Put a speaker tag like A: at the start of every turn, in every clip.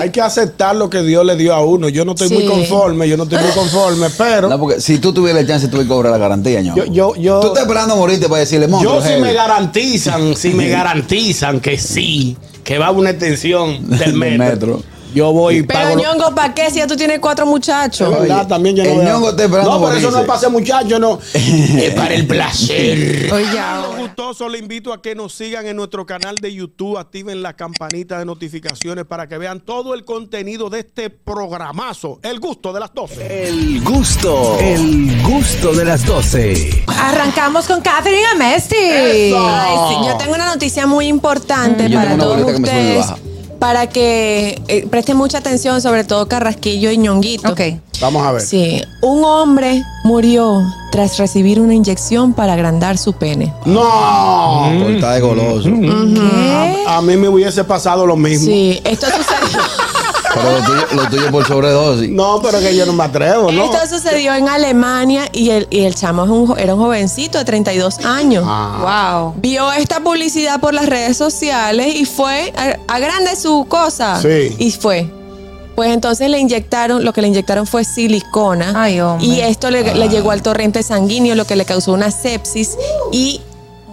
A: Hay que aceptar lo que Dios le dio a uno. Yo no estoy muy
B: Sí.
A: conforme, yo no estoy muy conforme, pero
C: No, porque si tú tuvieras la chance, tú ibas a cobrar la garantía, ño.
A: yo, yo, yo,
C: Tú estás esperando morirte para decirle, monstruo.
A: yo si
C: heavy".
A: me garantizan, si me garantizan que sí, que va una extensión del
C: Del
A: metro,
C: metro.
A: yo voy y pago.
B: Pero
A: lo-
B: ñongo, ¿para qué si ya tú tienes cuatro muchachos?
A: Es verdad,
C: Oye,
A: también yo no
C: el
A: voy a-
C: ñongo está esperando
A: No, por eso no es
C: morirse.
A: para ser muchacho, no. es para el placer.
B: Oye,
D: Los
B: ahora.
D: gustosos le invito a que nos sigan en nuestro canal de YouTube, activen la campanita de notificaciones para que vean todo el contenido de este programazo, El Gusto de las 12.
E: El gusto, el gusto de las 12.
B: Arrancamos con Catherine Amesti. Ay, sí, Yo tengo una noticia muy importante
C: Yo
B: para
C: tengo una
B: todos
C: boleta que me sube
B: ustedes.
C: y baja.
B: Para que eh, presten mucha atención, sobre todo Carrasquillo y ñonguito.
F: Ok.
A: Vamos a ver.
B: Sí, un hombre murió tras recibir una inyección para agrandar su pene.
A: No.
B: Mm.
C: Cortada de goloso.
A: Mm.
B: ¿Qué?
A: A mí me hubiese pasado lo mismo.
B: Sí, esto sucedió.
C: Pero lo tuyo, lo tuyo por sobredosis.
A: No, pero que yo no me atrevo, ¿no?
B: Esto sucedió en Alemania y el, y el chamo es un jo- era un jovencito de 32 años.
A: Ah.
F: Wow.
B: Vio esta publicidad por las redes sociales y fue a, a grande su cosa.
A: Sí.
B: Y fue. Pues entonces le inyectaron, lo que le inyectaron fue silicona.
F: Ay, hombre.
B: Y esto le, le llegó al torrente sanguíneo, lo que le causó una sepsis y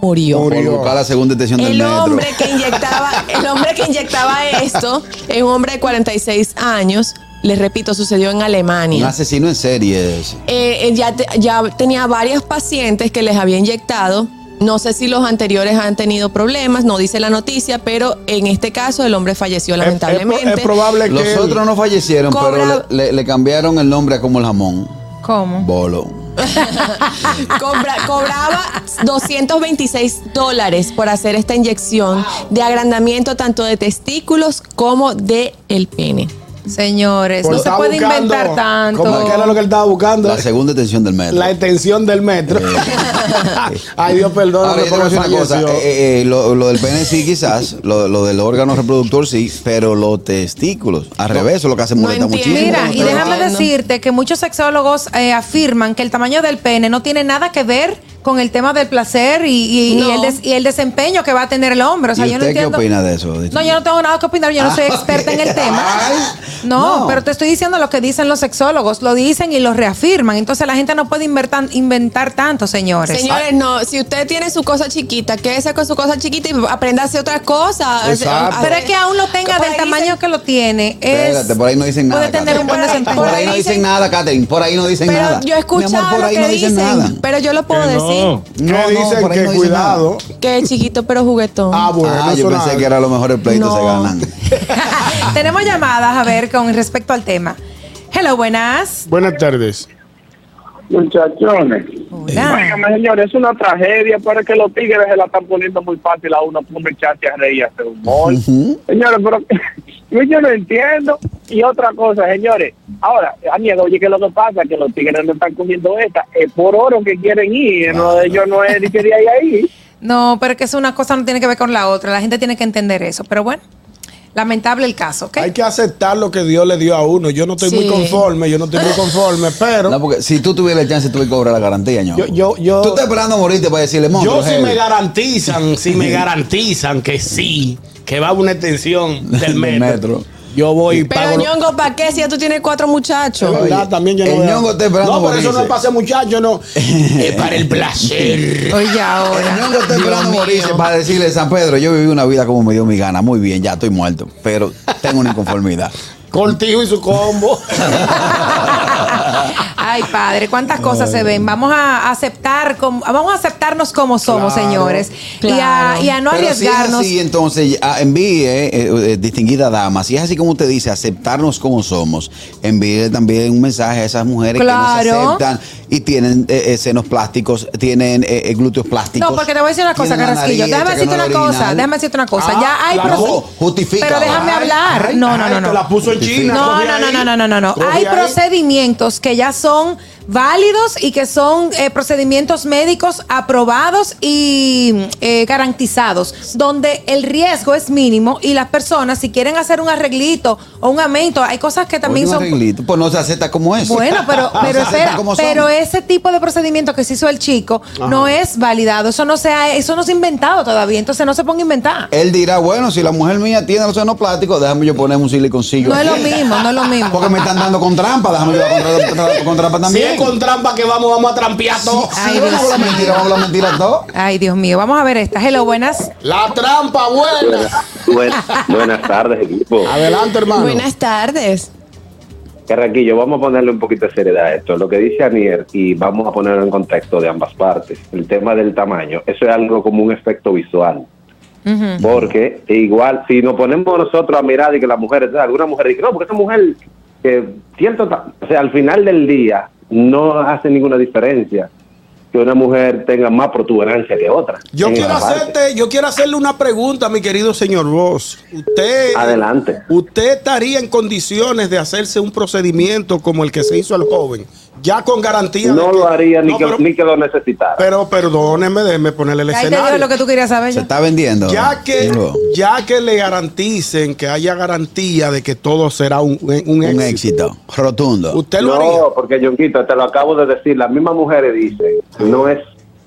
B: murió.
C: Por buscar la segunda estación del
B: El
C: metro.
B: hombre que inyectaba, el hombre que inyectaba esto es un hombre de 46 años. Les repito, sucedió en
C: Un
B: Alemania.
C: asesino en serie. ese.
B: Eh, eh, ya, te- ya tenía varios pacientes que les había inyectado. No sé si los anteriores han tenido problemas, no dice la noticia, pero en este caso el hombre falleció
A: Es- es pro- Es,
B: lamentablemente.
A: probable que.
C: Los otros no fallecieron,
B: Cobra-
C: pero le, le- le cambiaron el nombre a como el jamón.
F: ¿Cómo?
C: Bolo.
B: Cobra- cobraba 226 dólares por hacer esta inyección de agrandamiento tanto de testículos como de el pene.
C: Pues
F: Señores,
A: Porque
F: no se
A: estaba
F: puede
A: buscando-
F: inventar tanto.
A: ¿Cómo es que era lo que él estaba buscando?
C: La
A: La,
C: segunda estación del metro.
A: extensión del metro. Ay, Dios, perdón.
C: Ahora, yo te voy a decir una cosa. Eh, eh, lo, lo del pene sí, quizás. Lo, lo del órgano reproductor sí. Pero los testículos, al revés, eso es lo que hace
B: No
C: molesta
B: entiendo.
C: muchísimo.
F: Mira, y
B: No
F: déjame
B: entiendo.
F: decirte que muchos sexólogos eh, afirman que el tamaño del pene no tiene nada que ver con el tema del placer y, y- y
B: No.
F: el, des- y el desempeño que va a tener el hombre. O sea,
C: ¿Y
F: yo no
C: usted qué
F: entiendo.
C: opina de eso?
F: No, yo no tengo nada que opinar, yo no soy experta en el tema.
C: Ay,
F: No,
C: no.
F: pero te estoy diciendo lo que dicen los sexólogos, lo dicen y lo reafirman. Entonces la gente no puede inventar, inventar tanto, señores.
B: Señores, no, si usted tiene su cosa chiquita, quédese con su cosa chiquita y aprenda a hacer otras cosas.
A: Exacto.
F: pero es que aún lo tenga
B: Por
F: del
B: ahí
F: tamaño
B: dicen-
F: que lo tiene. Es,
C: Espérate, por ahí no dicen nada.
F: Puede tener un buen
C: Catherine.
F: desempeño.
C: Por ahí no dicen nada, Catherine. Por ahí no dicen
B: Pero
C: nada.
B: yo he
C: Mi
B: escuchado
C: amor, por
B: lo
C: ahí
B: que
C: no
B: dicen,
C: dicen nada.
B: pero yo lo puedo
D: Que no.
B: decir.
A: ¿Qué
C: No, no,
A: dicen?
C: por ahí
A: que
C: no dicen
A: cuidado.
B: Que es chiquito pero juguetón.
A: Ah, bueno.
C: Ah,
A: eso
C: yo pensé
A: nada.
C: que era a lo mejor el pleito se
B: No.
C: ganan.
F: Tenemos llamadas a ver con respecto al tema. Hello, buenas.
A: Buenas tardes.
G: Muchachones.
F: Hola.
G: Óigame, señores, es una tragedia para que los tigres se la están poniendo muy fácil a uno por echarse a reír a hacer humor. Señores, pero yo, yo no entiendo. Y otra cosa, señores. Ahora, Aniel, oye, que lo que pasa? Que los tigres no están cogiendo esta. Es por oro que quieren ir. No, ellos no es de que de ahí a ahí.
F: No, pero que es una cosa no tiene que ver con la otra. La gente tiene que entender eso. Pero bueno, lamentable el caso, ¿ok?
A: Hay que aceptar lo que Dios le dio a uno. Yo no estoy muy
B: Sí.
A: conforme, yo no estoy muy conforme, pero.
C: No, porque si tú tuvieras la chance, tú ibas a cobrar la garantía, ño.
A: Yo- yo- yo-
C: Tú estás esperando morirte para decirle, monstruo.
A: Yo si
C: heavy".
A: me garantizan, si me garantizan que sí, que va una extensión del
C: Del
A: metro,
C: metro.
A: yo voy y
B: pero
A: pago. lo-
B: ñongo, ¿para qué si ya tú tienes cuatro muchachos?
A: Es verdad, también yo no
C: el
A: voy a-
C: ñongo está esperando
A: No, por eso no
C: morirse.
A: es para ser muchacho, no. es para el placer.
F: Oye,
C: El
F: ahora.
C: ñongo está esperando morirse para decirle, San Pedro, yo viví una vida como me dio mi gana. Muy bien, ya estoy muerto. Pero tengo una inconformidad.
A: Cortijo y su combo.
F: Ay, padre, cuántas cosas se ven. Vamos a aceptar, como- vamos a aceptarnos como somos,
A: Claro,
F: señores. Y, a,
B: claro.
F: y a no
C: Pero
F: arriesgarnos.
C: Si es así, entonces, ah, envíe, eh, eh, eh, distinguida dama, si es así como usted dice, aceptarnos como somos, envíe también un mensaje a esas mujeres que no se
F: Claro.
C: aceptan y tienen eh, eh, senos plásticos, tienen eh, eh, glúteos plásticos.
F: No, porque te voy a decir una cosa,
C: tienen la
F: Carrasquillo.
C: nariz
F: Déjame
C: hecha que
F: decirte
C: no
F: una
C: es
F: cosa,
C: original.
F: déjame decirte una cosa.
A: Ah,
F: ya hay
A: claro.
F: proce-
C: Justifica.
F: Pero déjame
C: Ay,
F: hablar.
A: ay,
F: No, no,
A: ay,
F: no, no.
A: Te la puso en China.
F: No,
A: cogí
F: no,
A: ahí.
F: no, no, no, no, no, no.
A: Cogí
F: Hay
A: ahí.
F: procedimientos que ya son válidos y que son eh, procedimientos médicos aprobados y eh, garantizados, donde el riesgo es mínimo y las personas, si quieren hacer un arreglito o un aumento, hay cosas que también
C: Oye, un
F: son...
C: arreglito, Pues no se acepta como es.
F: Bueno, pero,
C: No se
F: pero
C: acepta
F: espera,
C: como son.
F: pero ese tipo de procedimiento que se hizo el chico no es validado, eso no se ha, eso no se ha inventado todavía, entonces no se ponga a inventar.
C: Él dirá, bueno, si la mujer mía tiene los plásticos, déjame yo ponerme un siliconcillo.
F: No es lo
C: aquí.
F: mismo, no es lo mismo.
C: Porque me están dando con trampa, déjame yo con, tra- tra- con trampa
A: Si
C: también.
A: es con trampa que vamos, vamos a trampear todo.
F: Ay,
C: vamos a
F: Dios
C: hablar
F: mío.
C: mentira, vamos a hablar mentira todo.
F: Ay, Dios mío, vamos a ver esta. Hello, buenas.
A: La trampa buena.
H: Buenas, buenas, buenas tardes, equipo.
A: Adelante, hermano.
B: Buenas tardes.
H: Carraquillo, vamos a ponerle un poquito de seriedad a esto. Lo que dice Anier, y vamos a ponerlo en contexto de ambas partes, el tema del tamaño, eso es algo como un efecto visual. Porque igual, si nos ponemos nosotros a mirar y que la mujer, alguna mujer dice, no, porque esa mujer, que cierto, ta-". o sea, al final del día no hace ninguna diferencia que una mujer tenga más protuberancia que otra.
D: Yo
H: En
D: quiero
H: esa parte.
D: hacerte, yo quiero hacerle una pregunta, mi querido señor Vos. Usted,
H: Adelante.
D: ¿Usted estaría en condiciones de hacerse un procedimiento como el que se hizo al joven, ya con garantía? de
H: No
D: que-
H: lo haría ni,
D: No,
H: que,
D: pero,
H: ni que lo necesitara.
D: pero perdóneme, déjeme ponerle el
F: Ahí te digo
D: escenario.
F: lo que tú querías saber.
C: Se
F: ya.
C: está vendiendo.
D: Ya que,
C: Digo,
D: ya que le garanticen que haya garantía de que todo será un, un
C: un
D: éxito,
C: éxito rotundo.
D: ¿Usted lo
H: no,
D: haría?
H: porque Jonquito, te lo acabo de decir, las mismas mujeres dicen, no es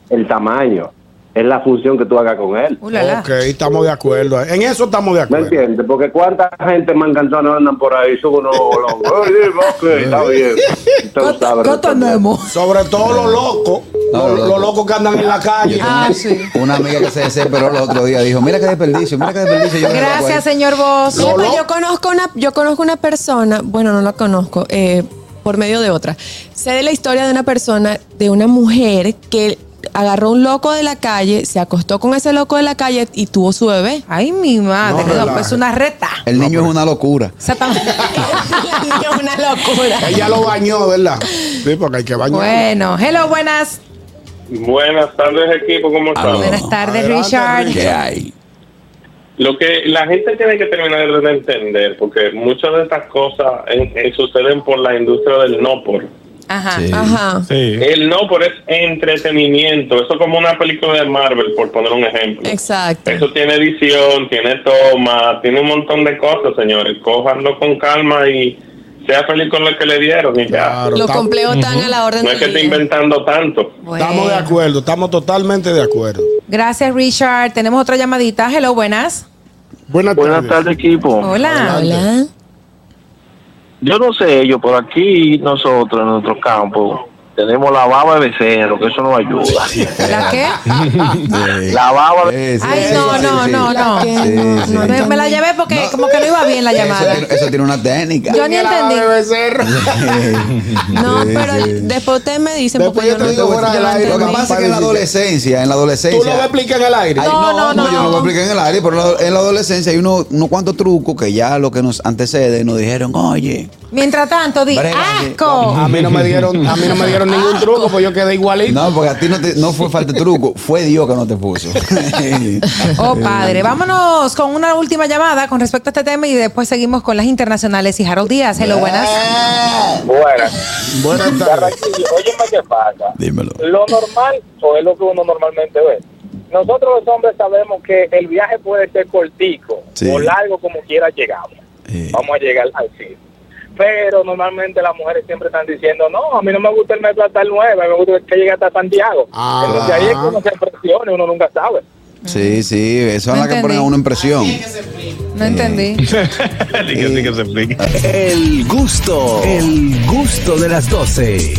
H: el tamaño, es la función que tú hagas con él.
F: Uh, la, la.
D: Ok, estamos de acuerdo. En eso estamos de
H: ¿Me
D: acuerdo.
H: entiendes? Porque cuánta gente mancanzona andan por ahí, son unos locos. Oye, ok, está bien. Usted lo sabe
F: ¿Cuánto
H: responder.
F: andamos?
D: Sobre todo los locos,
C: No,
D: los,
C: loco.
D: los locos que andan en la calle.
F: Ah, sí.
C: Una amiga que se desesperó el otro día dijo, mira qué desperdicio, mira qué desperdicio. Yo me lo hago ahí.
F: Gracias, señor Vos.
B: Oye, pues yo conozco una, yo conozco una persona, bueno, no la conozco, eh, por medio de otra. Sé de la historia de una persona, de una mujer que agarró un loco de la calle, se acostó con ese loco de la calle y tuvo su bebé.
F: Ay, mi madre,
D: No,
F: no,
D: relaja.
F: pues una reta.
C: El niño es una locura.
F: O sea, tam-
B: Es una locura.
D: Ella lo bañó, ¿verdad? Sí, porque hay que bañar.
F: bueno, hello, buenas.
I: Buenas tardes, equipo, ¿cómo están?
F: Buenas tardes,
D: Adelante,
F: Richard.
D: Richard.
C: ¿Qué hay?
I: Lo que la gente tiene que terminar de entender, porque muchas de estas cosas eh, eh, suceden por la industria del no por.
F: Ajá.
C: Sí.
B: Ajá.
I: El no por es entretenimiento, eso es como una película de Marvel, por poner un ejemplo.
B: Exacto.
I: Eso tiene edición, tiene toma, tiene un montón de cosas, señores. Cójanlo con calma y sea feliz con lo que le dieron y ya.
D: Claro,
B: Los
D: estamos-
B: complejos están a la orden
I: No es que
B: del
I: esté
B: día.
I: inventando tanto.
F: Bueno.
D: estamos de acuerdo, estamos totalmente de acuerdo.
F: Gracias, Richard. Tenemos otra llamadita. Hello, buenas.
D: Buenas,
I: Buenas tardes, equipo.
F: Hola.
B: Hola.
I: Yo no sé ellos, pero aquí nosotros en nuestro campo tenemos la baba de becerro, que eso no ayuda.
F: ¿La qué?
I: La baba
H: Eh,
I: de...
C: Sí, sí,
F: Ay,
C: sí,
F: no,
C: sí,
F: no,
C: sí.
F: no, no.
B: Sí,
C: sí.
F: No, Me, me la llevé porque como que no iba bien la
C: Eso
F: llamada.
C: tiene, eso tiene una técnica.
F: Yo ni entendí.
B: No,
C: Sí,
B: pero
C: sí.
B: después ustedes me dicen
D: Después
B: porque
D: yo
B: yo
D: te
B: no
D: digo fuera del
B: yo no
D: aire,
C: Lo que
B: entendí.
C: pasa es que en la adolescencia, en la adolescencia.
D: ¿Tú lo explicas en el aire?
C: Ay,
F: No, no, no.
C: yo no lo expliqué en el aire, pero en la- en la adolescencia hay uno- unos cuantos trucos que ya lo que nos antecede y nos dijeron, oye,
F: Mientras tanto, di, ¡ah,
C: Brega,
D: A
F: asco.
D: mí no me dieron, a mí no me dieron ningún truco, pues yo quedé igualito.
C: no, porque a ti no, te- no fue falta de truco, fue Dios que no te puso.
F: Oh, padre. Vámonos con una última llamada con respecto a este tema y después seguimos con las internacionales. Y Harold Díaz, hello, buenas.
G: Buenas.
D: Buenas tardes.
G: Carraquillo, óyeme qué pasa.
C: Dímelo.
G: Lo normal, o es lo que uno normalmente ve. Nosotros los hombres sabemos que el viaje puede ser cortico
C: Sí.
G: o largo como quiera llegamos.
C: Sí.
G: Vamos a llegar al sitio. Pero normalmente las mujeres siempre están diciendo, no, a mí no me gusta el metro hasta el 9, me gusta que llegue hasta Santiago.
D: Ah.
G: Entonces ahí es como se presiona, uno nunca sabe.
C: Sí, sí, eso es
F: No
C: la que
F: entendí.
C: ponen a uno en presión.
F: No entendí.
E: El gusto, el gusto de las doce.